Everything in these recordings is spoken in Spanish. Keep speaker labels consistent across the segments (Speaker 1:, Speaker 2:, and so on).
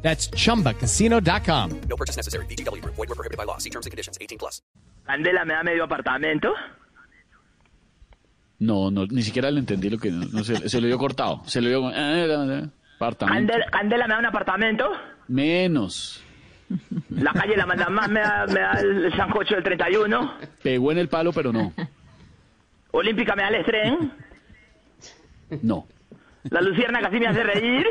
Speaker 1: That's chumbacasino.com.
Speaker 2: No purchase necessary. BGW. Void were prohibited by law. See terms and conditions. 18 plus.
Speaker 3: Candela me da medio apartamento.
Speaker 4: No, no, ni siquiera le entendí lo que no, no se, se lo dio cortado. Se lo dio eh, apartamento.
Speaker 3: Candel- Candela me da un apartamento.
Speaker 4: Menos.
Speaker 3: La calle La Mandamás me da, me da el Sancocho del 31.
Speaker 4: Pegó en el palo, pero no.
Speaker 3: Olímpica me da el estrén.
Speaker 4: No.
Speaker 3: La Lucierna casi me hace reír.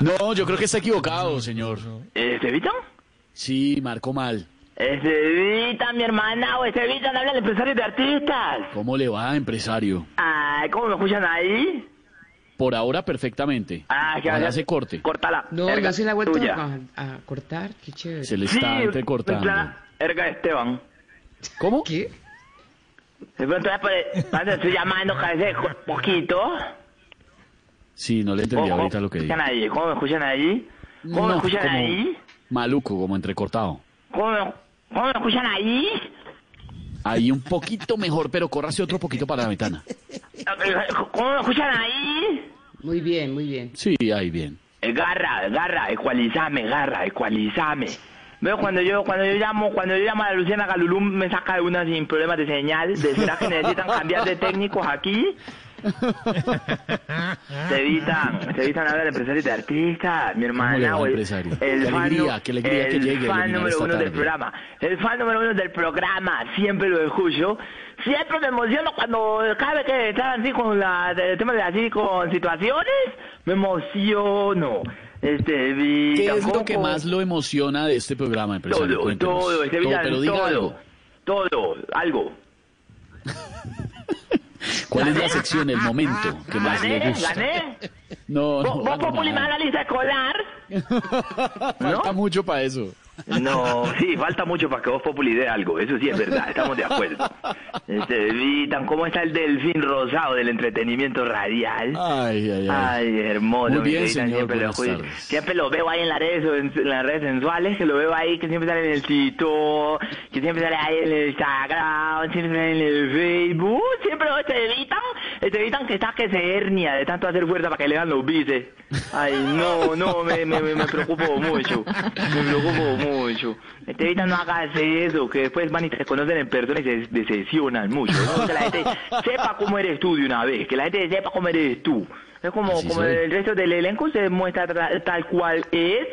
Speaker 4: No, yo creo que está equivocado, señor.
Speaker 3: ¿Estevita?
Speaker 4: Sí, marcó mal.
Speaker 3: Estevita, Eh, mi hermana. O Estevita, no hablan empresarios de artistas.
Speaker 4: ¿Cómo le va, empresario?
Speaker 3: Ay, ¿cómo me escuchan ahí?
Speaker 4: Por ahora, perfectamente.
Speaker 3: Ah, que
Speaker 4: Ahora
Speaker 3: vaya-
Speaker 4: se corte.
Speaker 3: Cortala.
Speaker 5: No,
Speaker 3: Erga,
Speaker 5: no se la ha vuelto
Speaker 3: tuya.
Speaker 5: a, a cortar, qué chévere.
Speaker 4: Se le
Speaker 3: Sí, pues,
Speaker 4: está entrecortando.
Speaker 3: la- Erga Esteban.
Speaker 4: ¿Cómo?
Speaker 5: ¿Qué?
Speaker 3: De pronto ya pare- cuando estoy llamando cada vez poquito.
Speaker 4: Sí, no le entendí
Speaker 3: ¿Cómo
Speaker 4: ahorita lo que
Speaker 3: me
Speaker 4: dijo.
Speaker 3: escuchan ahí? ¿Cómo me escuchan ahí? ¿Cómo me
Speaker 4: No,
Speaker 3: escuchan
Speaker 4: como
Speaker 3: ahí?
Speaker 4: Maluco, como entrecortado.
Speaker 3: ¿Cómo, me- cómo me escuchan ahí?
Speaker 4: Ahí un poquito mejor, pero córrase otro poquito para la ventana.
Speaker 3: ¿Cómo me escuchan ahí?
Speaker 5: Muy bien, muy bien.
Speaker 4: Sí, ahí bien.
Speaker 3: Eh, Garra, garra, ecualizame, garra, ecualizame. Veo cuando yo, cuando yo llamo, cuando yo llamo a la Luciana Galulum me saca de una sin problemas de señal. ¿De ¿Será que necesitan cambiar de técnicos aquí? se evitan, se evitan hablar de empresarios y de artistas, mi hermana.
Speaker 4: le va,
Speaker 3: o el-
Speaker 4: empresario?
Speaker 3: el
Speaker 4: Qué
Speaker 3: fan
Speaker 4: alegría,
Speaker 3: nu-
Speaker 4: qué alegría que
Speaker 3: el
Speaker 4: llegue a
Speaker 3: fan
Speaker 4: iluminar
Speaker 3: número
Speaker 4: esta
Speaker 3: uno del
Speaker 4: tarde.
Speaker 3: programa. El fan número uno del programa, siempre lo escucho. Siempre me emociono cuando, cada vez que están así con la, el tema de así, con situaciones, me emociono. Este, vi-
Speaker 4: ¿Qué es
Speaker 3: tampoco-
Speaker 4: lo que más lo emociona de este programa, empresario?
Speaker 3: Todo,
Speaker 4: Cuéntenos.
Speaker 3: todo, este,
Speaker 4: Todo,
Speaker 3: mira,
Speaker 4: pero diga algo.
Speaker 3: todo, todo, algo.
Speaker 4: ¿Cuál es la sección, el momento que más le
Speaker 3: ¿Gané?
Speaker 4: gusta?
Speaker 3: ¿Gané?
Speaker 4: No, no,
Speaker 3: ¿Vos, vos
Speaker 4: no,
Speaker 3: Populi me das la lista escolar? ¿No?
Speaker 4: falta mucho para eso.
Speaker 3: No, sí, falta mucho para que vos Populi dé algo, eso sí es verdad, estamos de acuerdo. Este, Vitan, ¿cómo está el delfín rosado del entretenimiento radial?
Speaker 4: Ay, ay, ay.
Speaker 3: Ay, hermoso.
Speaker 4: Muy
Speaker 3: mi
Speaker 4: bien,
Speaker 3: Vitan,
Speaker 4: señor,
Speaker 3: siempre, lo,
Speaker 4: buenas
Speaker 3: escucho.
Speaker 4: tardes.
Speaker 3: siempre lo veo ahí en las redes en las redes sensuales, que lo veo ahí, que siempre sale en el Tito, que siempre sale ahí en el Instagram, siempre sale en el Facebook, siempre lo te evitan, te evitan que está que se hernia de tanto hacer fuerza para que le dan los bíceps. Ay, no, no, me, me, me, me preocupo mucho, me preocupo mucho. Te evitan no hagas eso, que después van y te conocen en persona y se decepcionan mucho. ¿no? Que la gente sepa cómo eres tú de una vez, que la gente sepa cómo eres tú. Es como,
Speaker 4: Así
Speaker 3: como
Speaker 4: soy.
Speaker 3: el resto del elenco se muestra tra- tal cual es,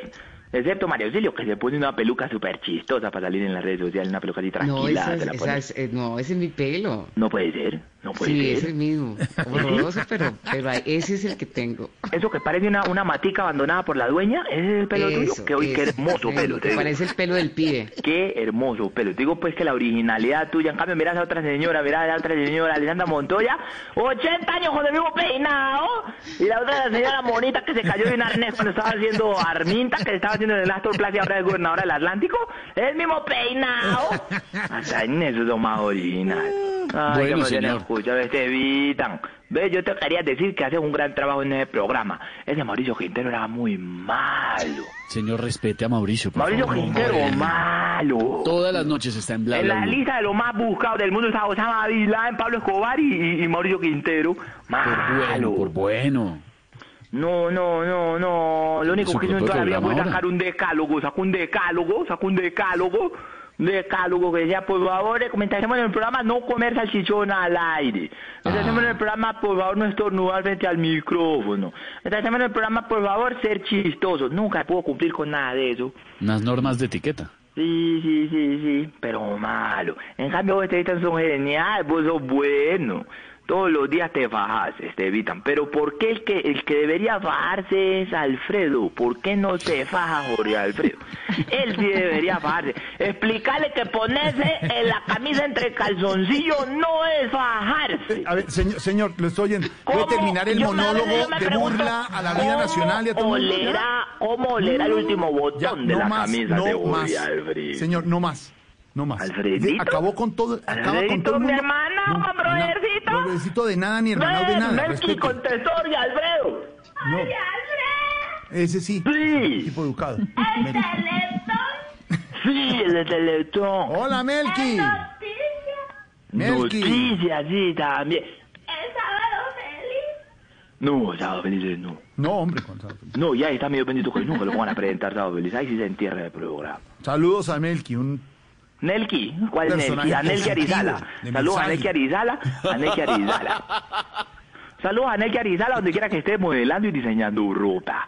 Speaker 3: excepto Mario Auxilio, que se pone una peluca súper chistosa para salir en las redes sociales, una peluca así
Speaker 5: No,
Speaker 3: tranquila.
Speaker 5: esa es,
Speaker 3: se la
Speaker 5: esa
Speaker 3: pone.
Speaker 5: es- eh, no, ese es mi pelo.
Speaker 3: No puede ser, no puede
Speaker 5: Sí, es
Speaker 3: ser.
Speaker 5: el mismo. Horroroso, pero, pero ahí- ese es el que tengo.
Speaker 3: Eso que parece una, una matica abandonada por la dueña, ese es el pelo tuyo.
Speaker 5: Eso,
Speaker 3: Que hoy, qué
Speaker 5: eso.
Speaker 3: hermoso
Speaker 5: Eh,
Speaker 3: pelo, te digo.
Speaker 5: Parece el pelo del pibe.
Speaker 3: Qué hermoso pelo. Te Digo pues que la originalidad tuya, en cambio, mirá a esa otra señora, mirá a la otra señora, Alejandra Montoya, 80 años con el mismo peinado, y la otra la señora Monita que se cayó de un arnés cuando estaba haciendo Arminta, que estaba haciendo en el Astor Plaza y ahora es gobernadora del Atlántico, el mismo peinado. Hasta en eso son más original. Ay,
Speaker 4: Bueno,
Speaker 3: qué emoción
Speaker 4: señor.
Speaker 3: escuchar, ves, te evitan. este Ve, yo te quería decir que haces un gran trabajo en ese programa. Ese Mauricio Quintero era muy malo.
Speaker 4: Señor, respete a Mauricio, por
Speaker 3: Mauricio
Speaker 4: favor.
Speaker 3: Quintero, malo.
Speaker 4: Todas las noches está en bla,
Speaker 3: En
Speaker 4: bla,
Speaker 3: la
Speaker 4: bla.
Speaker 3: lista de los más buscados del mundo está Osama Bin Laden, Pablo Escobar y, y- y Mauricio Quintero.
Speaker 4: Por
Speaker 3: Malo.
Speaker 4: bueno, por bueno.
Speaker 3: No, no, no, no. Lo único
Speaker 4: Eso
Speaker 3: que
Speaker 4: fue
Speaker 3: hizo en toda la vida fue
Speaker 4: programa ahora.
Speaker 3: sacar un decálogo. Sacó un decálogo, sacó un decálogo. Un decálogo que decía, por favor, recomendamos en el programa no comer salchichón al aire. Recomendamos
Speaker 4: Ah.
Speaker 3: en el programa, por favor, no estornudar frente al micrófono. Recomendamos en el programa, por favor, ser chistoso. Nunca pudo cumplir con nada de eso.
Speaker 4: Unas normas de etiqueta.
Speaker 3: Sí, sí, sí, sí, pero malo. En cambio, vos te son genial, vos sos bueno. Todos los días te fajas, este Vitan. Pero ¿por qué el que, el que debería fajarse es Alfredo? ¿Por qué no se faja Jorge Alfredo? Él sí debería fajarse. Explicarle que ponerse en la camisa entre calzoncillo no es fajarse.
Speaker 6: A ver, señor, señor, lo estoy oyendo. ¿Puede
Speaker 3: ¿Cómo?
Speaker 6: terminar el
Speaker 3: Yo me-
Speaker 6: monólogo
Speaker 3: yo me
Speaker 6: de
Speaker 3: pregunto,
Speaker 6: burla a la vida
Speaker 3: ¿cómo
Speaker 6: nacional y a todo el mundo? ya?
Speaker 3: Olerá, ¿Cómo olerá el último botón
Speaker 6: Ya,
Speaker 3: de
Speaker 6: no
Speaker 3: la
Speaker 6: más,
Speaker 3: camisa
Speaker 6: no
Speaker 3: de
Speaker 6: más.
Speaker 3: Jorge Alfredo?
Speaker 6: Señor, no más. No más.
Speaker 3: ¿Alfredito?
Speaker 6: Ya Acabó con todo. Acaba con
Speaker 3: ¿Alfredito,
Speaker 6: todo el
Speaker 3: mi
Speaker 6: mundo.
Speaker 3: hermano,
Speaker 6: No,
Speaker 3: brothercito?
Speaker 6: No, brothercito de nada, ni hermano de
Speaker 3: Ven,
Speaker 6: nada.
Speaker 3: ven y
Speaker 6: respeto.
Speaker 3: contestó Jorge Alfredo.
Speaker 6: No, ese
Speaker 3: Sí,
Speaker 6: sí.
Speaker 3: Este.
Speaker 6: Tipo educado.
Speaker 7: El teléfono,
Speaker 3: sí, el de Teletón.
Speaker 6: Hola, Melqui.
Speaker 7: noticia,
Speaker 6: Melqui.
Speaker 3: Noticias, sí, también.
Speaker 7: el sábado feliz.
Speaker 3: No, sábado feliz, no.
Speaker 6: No, hombre. Gonzalo.
Speaker 3: No, ya está medio bendito que nunca lo van a presentar sábado feliz. Ahí sí se entierra el programa.
Speaker 6: Saludos a Melqui. Un...
Speaker 3: Nelki, ¿cuál es
Speaker 6: Personaje
Speaker 3: Nelki? A Nelki
Speaker 6: positivo,
Speaker 3: Arizala.
Speaker 6: de
Speaker 3: Saludos a
Speaker 6: mensaje.
Speaker 3: Nelki Arizala, a Nelki Arizala. Saludos a Nelki Arizala, donde quiera que esté modelando y diseñando ropa.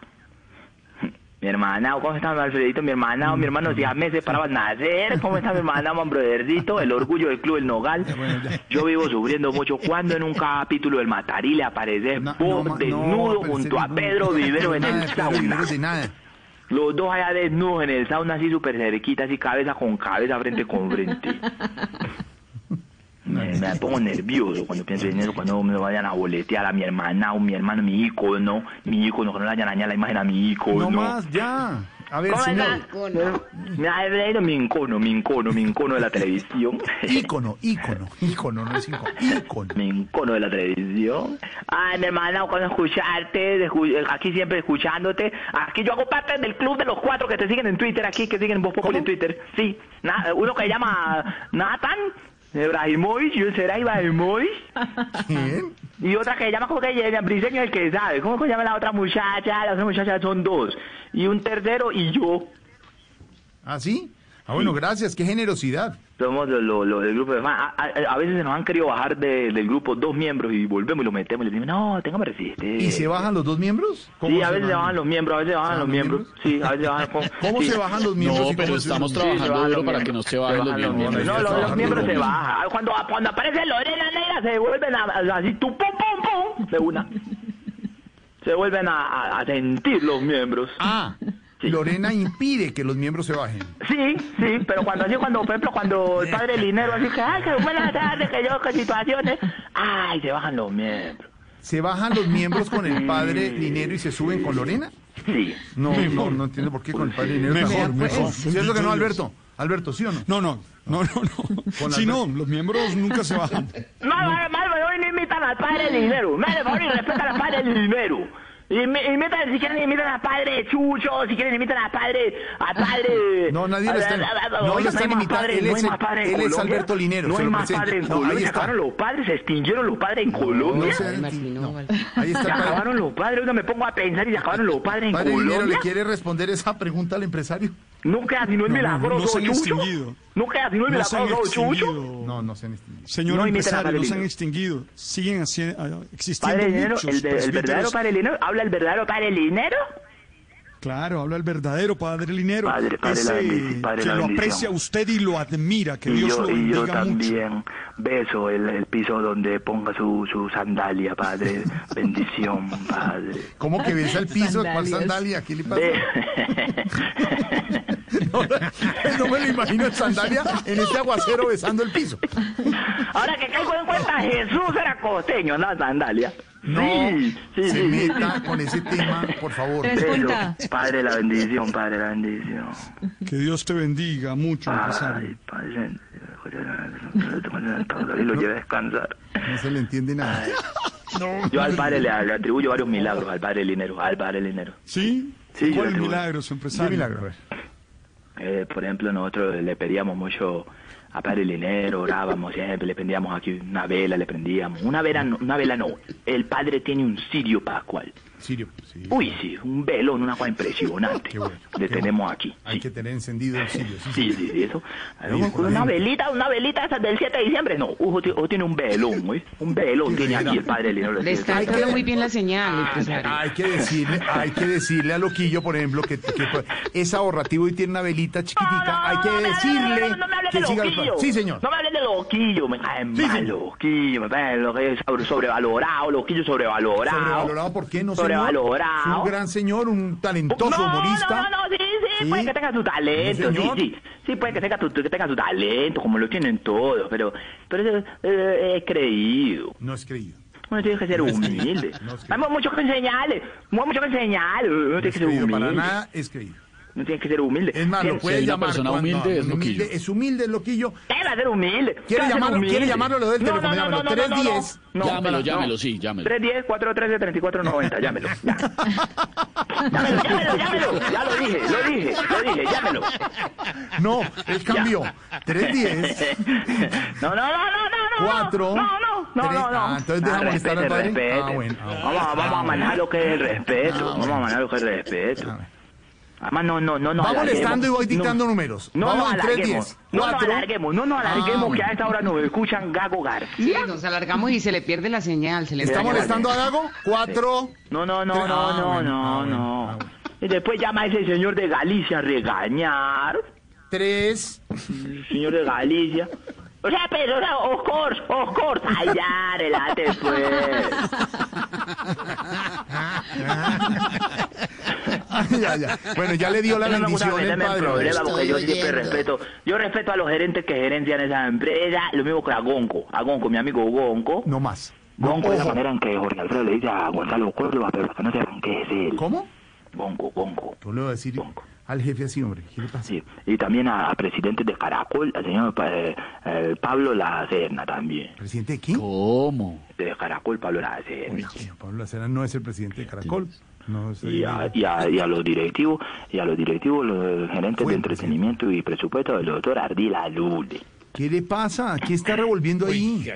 Speaker 3: Mi hermana, ¿cómo está mi Alfredito? Mi hermana, mi hermano, si ya me separaba al nacer. ¿Cómo está mi hermana, mi brodercito? El orgullo del club, el nogal. Yo vivo sufriendo mucho cuando en un capítulo del Matarí le aparece
Speaker 6: No,
Speaker 3: por
Speaker 6: no, ma- no, Ah,
Speaker 3: desnudo
Speaker 6: pero ese
Speaker 3: junto a
Speaker 6: ningún-
Speaker 3: Pedro Vivero en
Speaker 6: Nada
Speaker 3: el
Speaker 6: de Pedro
Speaker 3: sauna.
Speaker 6: Viveros de nada.
Speaker 3: Los dos allá desnudos en el sauna, así súper cerquita, así cabeza con cabeza, frente con frente. Me, me pongo nervioso cuando pienso en eso, cuando me vayan a boletear a mi hermana o mi hermano, mi ícono, mi ícono, que no le vayan a dañar la imagen a mi ícono.
Speaker 6: No más, ya. A ver,
Speaker 3: Oh, ¿Cómo
Speaker 6: señor.
Speaker 3: está? Me ha venido mi ícono, mi ícono, mi ícono de la televisión.
Speaker 6: Ícono, ícono, ícono, no es ícono. Ícono.
Speaker 3: mi ícono de la televisión. Ay, mi hermana, cuando escucharte, de escu- eh, aquí siempre escuchándote. Aquí yo hago parte del club de los cuatro que te siguen en Twitter, aquí que siguen en Voz Populi en Twitter. Sí, na- uno que llama Nathan, Ibrahimovic, yo será Ibrahimovic.
Speaker 6: ¿Quién?
Speaker 3: Y otra que llama como que llama Briseño el que sabe. ¿Cómo que llama la otra muchacha? La otra muchacha son dos. Y un tercero y yo.
Speaker 6: ¿Ah, sí? Ah, bueno, gracias, qué generosidad.
Speaker 3: Somos lo, lo- lo del grupo de fans. A, a- a veces se nos han querido bajar de- del grupo dos miembros y volvemos y los metemos y les decimos, no, téngame resiste.
Speaker 6: ¿Y se bajan los dos miembros? ¿Cómo ¿Ah,
Speaker 3: Sí, a veces se bajan los
Speaker 6: los
Speaker 3: miembros, a veces se bajan
Speaker 6: ¿Se
Speaker 3: los miembros. Sí, a veces se bajan con...
Speaker 6: ¿Cómo
Speaker 3: sí.
Speaker 6: se bajan los miembros?
Speaker 4: No,
Speaker 6: y
Speaker 4: pero
Speaker 6: cómo se-
Speaker 4: estamos
Speaker 3: Sí, se
Speaker 4: trabajando
Speaker 3: bajan
Speaker 4: duro
Speaker 3: los
Speaker 4: para que no
Speaker 3: miembros.
Speaker 4: se bajen los
Speaker 3: bajan
Speaker 4: miembros.
Speaker 3: No,
Speaker 6: se
Speaker 3: los, los
Speaker 6: bajan
Speaker 3: miembros
Speaker 6: los
Speaker 3: se
Speaker 6: miembros.
Speaker 3: bajan. Cuando, cuando aparece Lorena Negra se vuelven a, a- así, tú, pum, pum, pum, de una. Se vuelven a, a- a sentir los miembros.
Speaker 6: Ah, Lorena impide que los miembros se bajen.
Speaker 3: Sí, sí, pero cuando así, cuando, por ejemplo, cuando el padre Linero así que, ay, que buenas tardes, que yo, que situaciones, ay, se bajan los miembros.
Speaker 6: ¿Se bajan los miembros con el padre Linero y se suben con Lorena?
Speaker 3: Sí.
Speaker 6: No, no, no entiendo por qué con el padre Linero. Mejor, mejor. ¿Cierto que no, Alberto? Alberto, ¿sí o no?
Speaker 8: No, no, no, no, no.
Speaker 6: Con
Speaker 8: Sí,
Speaker 6: Alberto.
Speaker 8: no, los miembros nunca se bajan.
Speaker 3: No, no, no, no, no imitan al padre Linero. Me hace favor y respetan al padre Linero. Imi- Imitan, si quieren imitan al padre Chucho, si quieren imitan al padre, al padre...
Speaker 6: No, nadie lo
Speaker 3: al-
Speaker 6: está-
Speaker 3: al- al- al-
Speaker 6: no lo
Speaker 3: oiga,
Speaker 6: están
Speaker 3: hay más
Speaker 6: imitando.
Speaker 3: padres,
Speaker 6: Él
Speaker 3: no
Speaker 6: es
Speaker 3: hay
Speaker 6: el-
Speaker 3: más padres en
Speaker 6: él es
Speaker 3: Colombia.
Speaker 6: Alberto Linero,
Speaker 3: No
Speaker 6: se
Speaker 3: hay
Speaker 6: lo
Speaker 3: más
Speaker 6: presento.
Speaker 3: padres en
Speaker 6: No, ahí
Speaker 3: Colombia,
Speaker 6: está.
Speaker 3: acabaron los padres, se extinguieron los padres en Colombia.
Speaker 6: No se no. Ahí
Speaker 3: Se
Speaker 6: está el padre.
Speaker 3: acabaron los padres, oiga, me pongo a pensar y se acabaron los padres en
Speaker 6: Padre Linero, ¿le
Speaker 3: Colombia.
Speaker 6: quiere responder esa pregunta al empresario?
Speaker 3: No queda sino el
Speaker 8: No, no, no, no
Speaker 3: milagroso
Speaker 8: se han
Speaker 3: Chucho.
Speaker 8: extinguido.
Speaker 3: No queda sino el
Speaker 8: No se han
Speaker 3: milagroso Chucho.
Speaker 8: extinguido.
Speaker 6: No, este no se han extinguido.
Speaker 8: Señor
Speaker 3: No imiten a
Speaker 8: empresario,
Speaker 3: Padre
Speaker 8: no se han
Speaker 3: Linero.
Speaker 8: extinguido. Siguen haciendo, ah, existiendo
Speaker 3: Padre Linero,
Speaker 8: muchos
Speaker 3: el, de- el verdadero
Speaker 8: presbíteros.
Speaker 3: padre Linero, habla el verdadero padre Linero.
Speaker 8: Claro, habla el verdadero Padre Linero.
Speaker 3: Padre, padre, la
Speaker 8: ese
Speaker 3: bendici- padre,
Speaker 8: que
Speaker 3: la
Speaker 8: lo
Speaker 3: bendición.
Speaker 8: aprecia usted y lo admira. Que Dios lo
Speaker 3: y yo
Speaker 8: bendiga mucho.
Speaker 3: también beso el, el piso donde ponga su, su sandalia, padre. Bendición, padre.
Speaker 6: ¿Cómo que besa el piso? ¿Cuál
Speaker 9: Sandalias.
Speaker 6: sandalia? ¿Qué le pasa?
Speaker 3: Ve-
Speaker 6: No, no me lo imagino en sandalia, en este aguacero besando el piso.
Speaker 3: Ahora que caigo en cuenta, Jesús era costeño, no sandalia.
Speaker 6: No
Speaker 3: sí, sí,
Speaker 6: se
Speaker 3: sí, sí.
Speaker 6: meta con ese tema, por favor.
Speaker 9: Tres
Speaker 3: Beso.
Speaker 9: cuenta.
Speaker 3: Padre, la bendición, padre, la bendición.
Speaker 8: Que Dios te bendiga mucho, empresario.
Speaker 3: Ay, padre, y lo lleve a descansar.
Speaker 6: No se le entiende nada.
Speaker 3: Yo al padre le, le atribuyo varios milagros, al padre Linero, al padre Linero.
Speaker 8: ¿Sí?
Speaker 3: Sí, yo
Speaker 8: ¿Cuál
Speaker 3: tengo-
Speaker 8: milagro, su
Speaker 6: Qué
Speaker 8: empresario?
Speaker 6: milagro. a ver.
Speaker 3: Eh, por ejemplo, nosotros le pedíamos mucho a padre Linero, orábamos siempre, le prendíamos aquí una vela, le prendíamos. Una vela no, una vela no. El padre tiene un sirio pascual.
Speaker 6: Sirio, sí.
Speaker 3: Uy, sí, un velón, una cosa impresionante.
Speaker 6: Qué bueno,
Speaker 3: le
Speaker 6: qué
Speaker 3: tenemos
Speaker 6: bueno.
Speaker 3: aquí.
Speaker 6: Hay que tener encendido el sirio. Sí,
Speaker 3: Sí,
Speaker 6: sí.
Speaker 3: sí, sí, eso.
Speaker 6: Ahí
Speaker 3: Una-
Speaker 6: está.
Speaker 3: una velita, una velita esas del 7 de diciembre. No, ujo, ti- ujo tiene un velón, ¿oí? Un velón tiene aquí el padre Linero.
Speaker 5: Le está
Speaker 6: Hay que-
Speaker 5: entrando muy bien la señal, empresario.
Speaker 6: Hay que decirle, hay que decirle a Loquillo, por ejemplo, que, que es ahorrativo y tiene una velita chiquitica. Hay que decirle
Speaker 3: hablen de
Speaker 6: que siga los
Speaker 3: loquillo.
Speaker 6: pa- Sí, señor.
Speaker 3: No me hablen de loquillo. Me caen
Speaker 6: Sí,
Speaker 3: mal
Speaker 6: señor.
Speaker 3: loquillo. Me caen lo que es sobre- sobrevalorado, loquillo sobrevalorado.
Speaker 6: Sobrevalorado, ¿por qué no, señor?
Speaker 3: Sobrevalorado.
Speaker 6: Es un gran señor, un talentoso
Speaker 3: no,
Speaker 6: humorista.
Speaker 3: No, no, no, sí, sí,
Speaker 6: Sí.
Speaker 3: puede que tenga su talento,
Speaker 6: No,
Speaker 3: sí,
Speaker 6: señor.
Speaker 3: sí. Sí, puede que tenga, tu- que tenga su talento, como lo tienen todos, pero, pero es, eh, es creído.
Speaker 6: No es creído.
Speaker 3: Uno tiene que ser humilde.
Speaker 6: No es que-
Speaker 3: Hay mucho que enseñarle, mu- mucho que enseñarle. Uno
Speaker 6: No
Speaker 3: tiene
Speaker 6: es
Speaker 3: que ser
Speaker 6: creído para
Speaker 3: humilde.
Speaker 6: nada, es creído.
Speaker 3: Uno tiene que ser humilde.
Speaker 6: Es más, lo
Speaker 3: Siempre-
Speaker 6: puede
Speaker 4: una
Speaker 6: llamar.
Speaker 4: persona
Speaker 6: cuando-
Speaker 4: humilde es
Speaker 6: humilde,
Speaker 4: loquillo.
Speaker 6: es humilde, es loquillo.
Speaker 3: Debe ser humilde.
Speaker 6: ¿Quiere
Speaker 3: debe ser
Speaker 6: llamarlo?
Speaker 3: humilde.
Speaker 6: ¿Quiere llamarlo? Lo del
Speaker 3: No,
Speaker 6: teléfono,
Speaker 3: no, no,
Speaker 6: llámelo.
Speaker 3: no, no, no, no,
Speaker 6: 310.
Speaker 3: no, no,
Speaker 4: Llámelo,
Speaker 3: no.
Speaker 4: llámelo, sí, llámelo.
Speaker 3: 310 413 3490, llámelo. ya. llámelo, llámelo, llámelo. Ya lo dije, lo dije, lo dije, llámelo.
Speaker 6: No, él cambió. 310.
Speaker 3: No, no, no, no, no, no.
Speaker 6: Cuatro,
Speaker 3: No, no, no,
Speaker 6: tres.
Speaker 3: no. no.
Speaker 6: Ah, entonces dejamos
Speaker 3: Ah,
Speaker 6: estar al
Speaker 3: respete,
Speaker 6: padre.
Speaker 3: respete.
Speaker 6: Ah, bueno, ah, bueno. Ah,
Speaker 3: Vamos, a- vamos a manejar lo que es el respeto. Vamos a manejar lo que es el respeto.
Speaker 6: A ver.
Speaker 3: Además, no, no, no, no.
Speaker 6: Va
Speaker 3: alarguemos.
Speaker 6: molestando y voy dictando
Speaker 3: no.
Speaker 6: números.
Speaker 3: No,
Speaker 6: Vamos
Speaker 3: no,
Speaker 6: en
Speaker 3: alarguemos.
Speaker 6: 310.
Speaker 3: No, no,
Speaker 6: 4.
Speaker 3: alarguemos. No, no,
Speaker 6: Ah,
Speaker 3: alarguemos que
Speaker 6: bueno.
Speaker 3: a esta hora nos escuchan Gago García.
Speaker 5: Sí, nos alargamos y se le pierde la señal. Se le
Speaker 6: ¿Está
Speaker 5: pierde la
Speaker 6: molestando a Gago? 4.
Speaker 3: No, no, no, no,
Speaker 6: Ah,
Speaker 3: no,
Speaker 6: bueno,
Speaker 3: no,
Speaker 6: ah, bueno,
Speaker 3: no.
Speaker 6: ah, bueno.
Speaker 3: Y después llama a ese señor de Galicia a regañar.
Speaker 6: 3.
Speaker 3: señor de Galicia. O sea, pero, o sea, of course, of course. Ay, ya, relate, pues.
Speaker 6: ya, ya. Bueno, ya le dio la
Speaker 3: Eso no me gusta
Speaker 6: bendición el
Speaker 3: meterme en
Speaker 6: padre.
Speaker 3: problemas porque yo siempre respeto. Yo respeto a los gerentes que gerencian esa empresa, lo mismo que a Gonco. A Gonco, mi amigo Gonco.
Speaker 6: No más.
Speaker 3: Gonco es la
Speaker 6: Ojo.
Speaker 3: manera en que Jorge Alfredo le dice a Gonzalo Córdoba, pero para que no sepan qué es él.
Speaker 6: ¿Cómo?
Speaker 3: Gonco, Gonco.
Speaker 6: Yo le voy a decir al jefe así, hombre. ¿Qué le pasa?
Speaker 3: Sí. Y también a, a presidente de Caracol, al señor eh, eh, Pablo La Serna también.
Speaker 6: ¿Presidente de quién?
Speaker 4: ¿Cómo?
Speaker 3: De Caracol, Pablo La Serna.
Speaker 6: Oye, Pablo Lacera no es el presidente de Caracol. No es
Speaker 3: y a, y, a, y a los directivos, y a los directivos, los gerentes de
Speaker 6: Buen
Speaker 3: entretenimiento y presupuesto del doctor Ardila Lule.
Speaker 6: ¿Qué le pasa? ¿Qué está revolviendo ahí?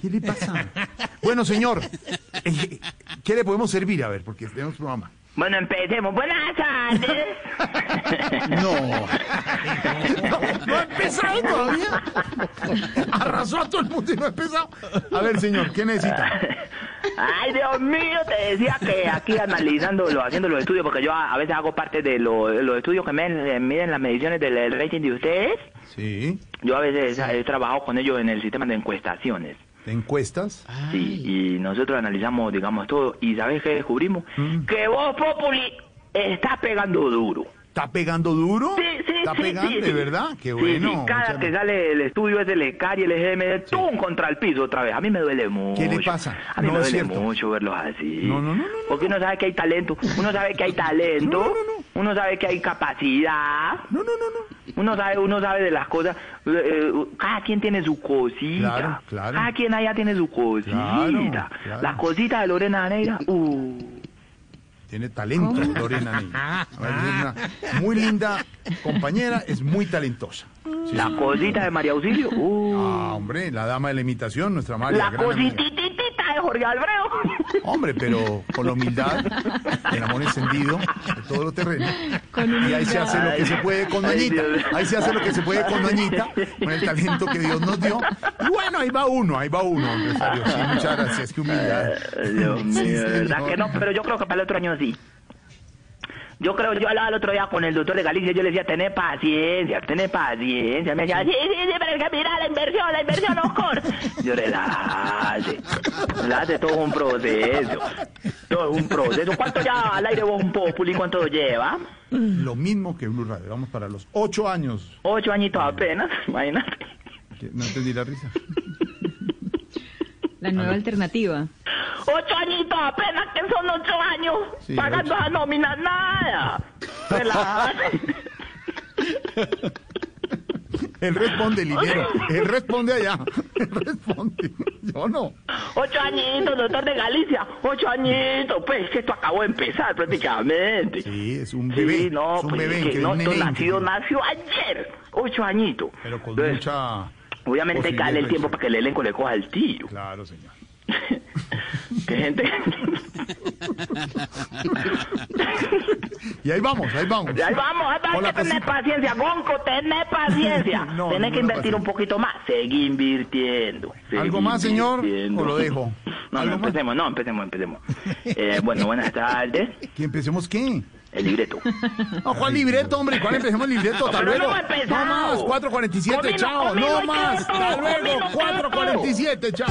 Speaker 6: ¿Qué le pasa? Bueno, señor, eh, ¿qué le podemos servir? A ver, porque tenemos programa.
Speaker 3: Bueno, empecemos. Buenas tardes.
Speaker 6: No. No ha empezado todavía. Arrasó a todo el mundo y no ha empezado. A ver, señor, ¿qué necesita?
Speaker 3: Ay, Dios mío, te decía que aquí analizándolo, haciendo los estudios, porque yo a, a veces hago parte de, lo- de los estudios que me- eh, miden las mediciones del del rating de ustedes.
Speaker 6: Sí.
Speaker 3: Yo a veces he trabajado con ellos en el sistema de encuestaciones.
Speaker 6: ¿Te encuestas?
Speaker 3: Ah. Sí, y nosotros analizamos, digamos, todo. ¿Y sabes qué descubrimos?
Speaker 6: Mm.
Speaker 3: Que vos, Populi, estás pegando duro.
Speaker 6: ¿Está pegando duro?
Speaker 3: Sí, sí,
Speaker 6: ¿Está
Speaker 3: sí,
Speaker 6: pegando,
Speaker 3: sí,
Speaker 6: de
Speaker 3: sí.
Speaker 6: verdad? Qué
Speaker 3: Sí,
Speaker 6: bueno.
Speaker 3: sí, cada
Speaker 6: muchas
Speaker 3: que sale el estudio es el ECAR y el EGM, ¡tum! contra el piso otra vez. A mí me duele mucho.
Speaker 6: ¿Qué le pasa?
Speaker 3: A mí
Speaker 6: No
Speaker 3: me
Speaker 6: es
Speaker 3: duele
Speaker 6: cierto.
Speaker 3: mucho verlos así.
Speaker 6: No, no, no, no, no.
Speaker 3: Porque uno sabe que hay talento, uno sabe que hay talento,
Speaker 6: No, no, no,
Speaker 3: uno sabe que hay capacidad,
Speaker 6: No, no, no, no.
Speaker 3: uno sabe, uno sabe de las cosas. eh, eh, cada quien tiene su cosita.
Speaker 6: Claro, claro.
Speaker 3: Cada quien allá tiene su cosita.
Speaker 6: Claro, claro.
Speaker 3: Las cositas de Lorena Neira, uh.
Speaker 6: Tiene talento, Lorena Neira. A ver, es una muy linda compañera, es muy talentosa. Sí,
Speaker 3: Las
Speaker 6: sí.
Speaker 3: cositas de María Auxilio, uh.
Speaker 6: Ah, hombre, la dama de la imitación, nuestra María.
Speaker 3: Las
Speaker 6: gran amiga.
Speaker 3: cositititita de Jorge Alfredo.
Speaker 6: Hombre, pero con la humildad, el amor encendido, de todo lo terreno. Y ahí se hace lo que se puede con
Speaker 3: Ay,
Speaker 6: Doñita.
Speaker 3: Dios.
Speaker 6: Ahí se hace lo que se puede con Doñita, con el talento que Dios nos dio. Y bueno, ahí va uno, ahí va uno, empresario. Sí, muchas gracias, qué humildad.
Speaker 3: Dios mío,
Speaker 6: Sí,
Speaker 3: de verdad
Speaker 6: señor.
Speaker 3: que no, pero yo creo que para el otro año sí. Yo creo, yo hablaba el otro día con el doctor de Galicia, yo le decía, tener paciencia, tener paciencia. Me decía, sí, sí, sí, pero es que mira la inversión, la inversión, Oscar. Yo relájate, relájate, todo es un proceso, todo es un proceso. ¿Cuánto ya al aire vos un populi, cuánto lleva?
Speaker 6: Lo mismo que Blue Radio, vamos para los ocho años.
Speaker 3: Ocho añitos apenas, imagínate.
Speaker 6: Que No entendí la risa.
Speaker 9: La nueva alternativa.
Speaker 3: Ocho añitos apenas, que son ocho años,
Speaker 6: Sí,
Speaker 3: pagando
Speaker 6: ocho.
Speaker 3: a nómina, nada. Relájate.
Speaker 6: Él responde, Linero. Él responde allá. Él responde. Yo no.
Speaker 3: Ocho añitos, doctor de Galicia. Ocho añitos. Pues que esto acabó de empezar prácticamente.
Speaker 6: Sí, es un
Speaker 3: Sí,
Speaker 6: bebé.
Speaker 3: no,
Speaker 6: es un
Speaker 3: pues
Speaker 6: bebé.
Speaker 3: es que
Speaker 6: que
Speaker 3: no, esto
Speaker 6: un nenén,
Speaker 3: nació,
Speaker 6: que-
Speaker 3: nació ayer. Ocho añitos.
Speaker 6: Pero con
Speaker 3: Entonces,
Speaker 6: mucha.
Speaker 3: Obviamente hay que darle el tiempo para que el elenco le coja el tiro.
Speaker 6: Claro, señor.
Speaker 3: que gente...
Speaker 6: Y ahí vamos, ahí vamos.
Speaker 3: ahí vamos, ahí vamos,
Speaker 6: Con
Speaker 3: hay
Speaker 6: la
Speaker 3: que tener
Speaker 6: cosita.
Speaker 3: paciencia. Gonco, tener paciencia. Tenés
Speaker 6: No,
Speaker 3: que
Speaker 6: ninguna
Speaker 3: invertir
Speaker 6: paciencia.
Speaker 3: un poquito más. Seguí invirtiendo. seguí
Speaker 6: ¿Algo más, señor?
Speaker 3: invirtiendo.
Speaker 6: ¿O lo dejo?
Speaker 3: No, no,
Speaker 6: ¿Algo más?
Speaker 3: empecemos, no, empecemos, empecemos. Eh, bueno, buenas tardes.
Speaker 6: ¿Que empecemos qué?
Speaker 3: el libreto.
Speaker 6: No, Juan Libreto, hombre, ¿cuál empecemos el libreto? Hasta
Speaker 3: Pero no
Speaker 6: luego.
Speaker 3: hemos empezado.
Speaker 6: más, 4.47,
Speaker 3: Conmigo,
Speaker 6: chao.
Speaker 3: conmigo
Speaker 6: No
Speaker 3: hay
Speaker 6: más,
Speaker 3: que
Speaker 6: hasta
Speaker 3: todo,
Speaker 6: luego.
Speaker 3: conmigo,
Speaker 6: 4.47, chao.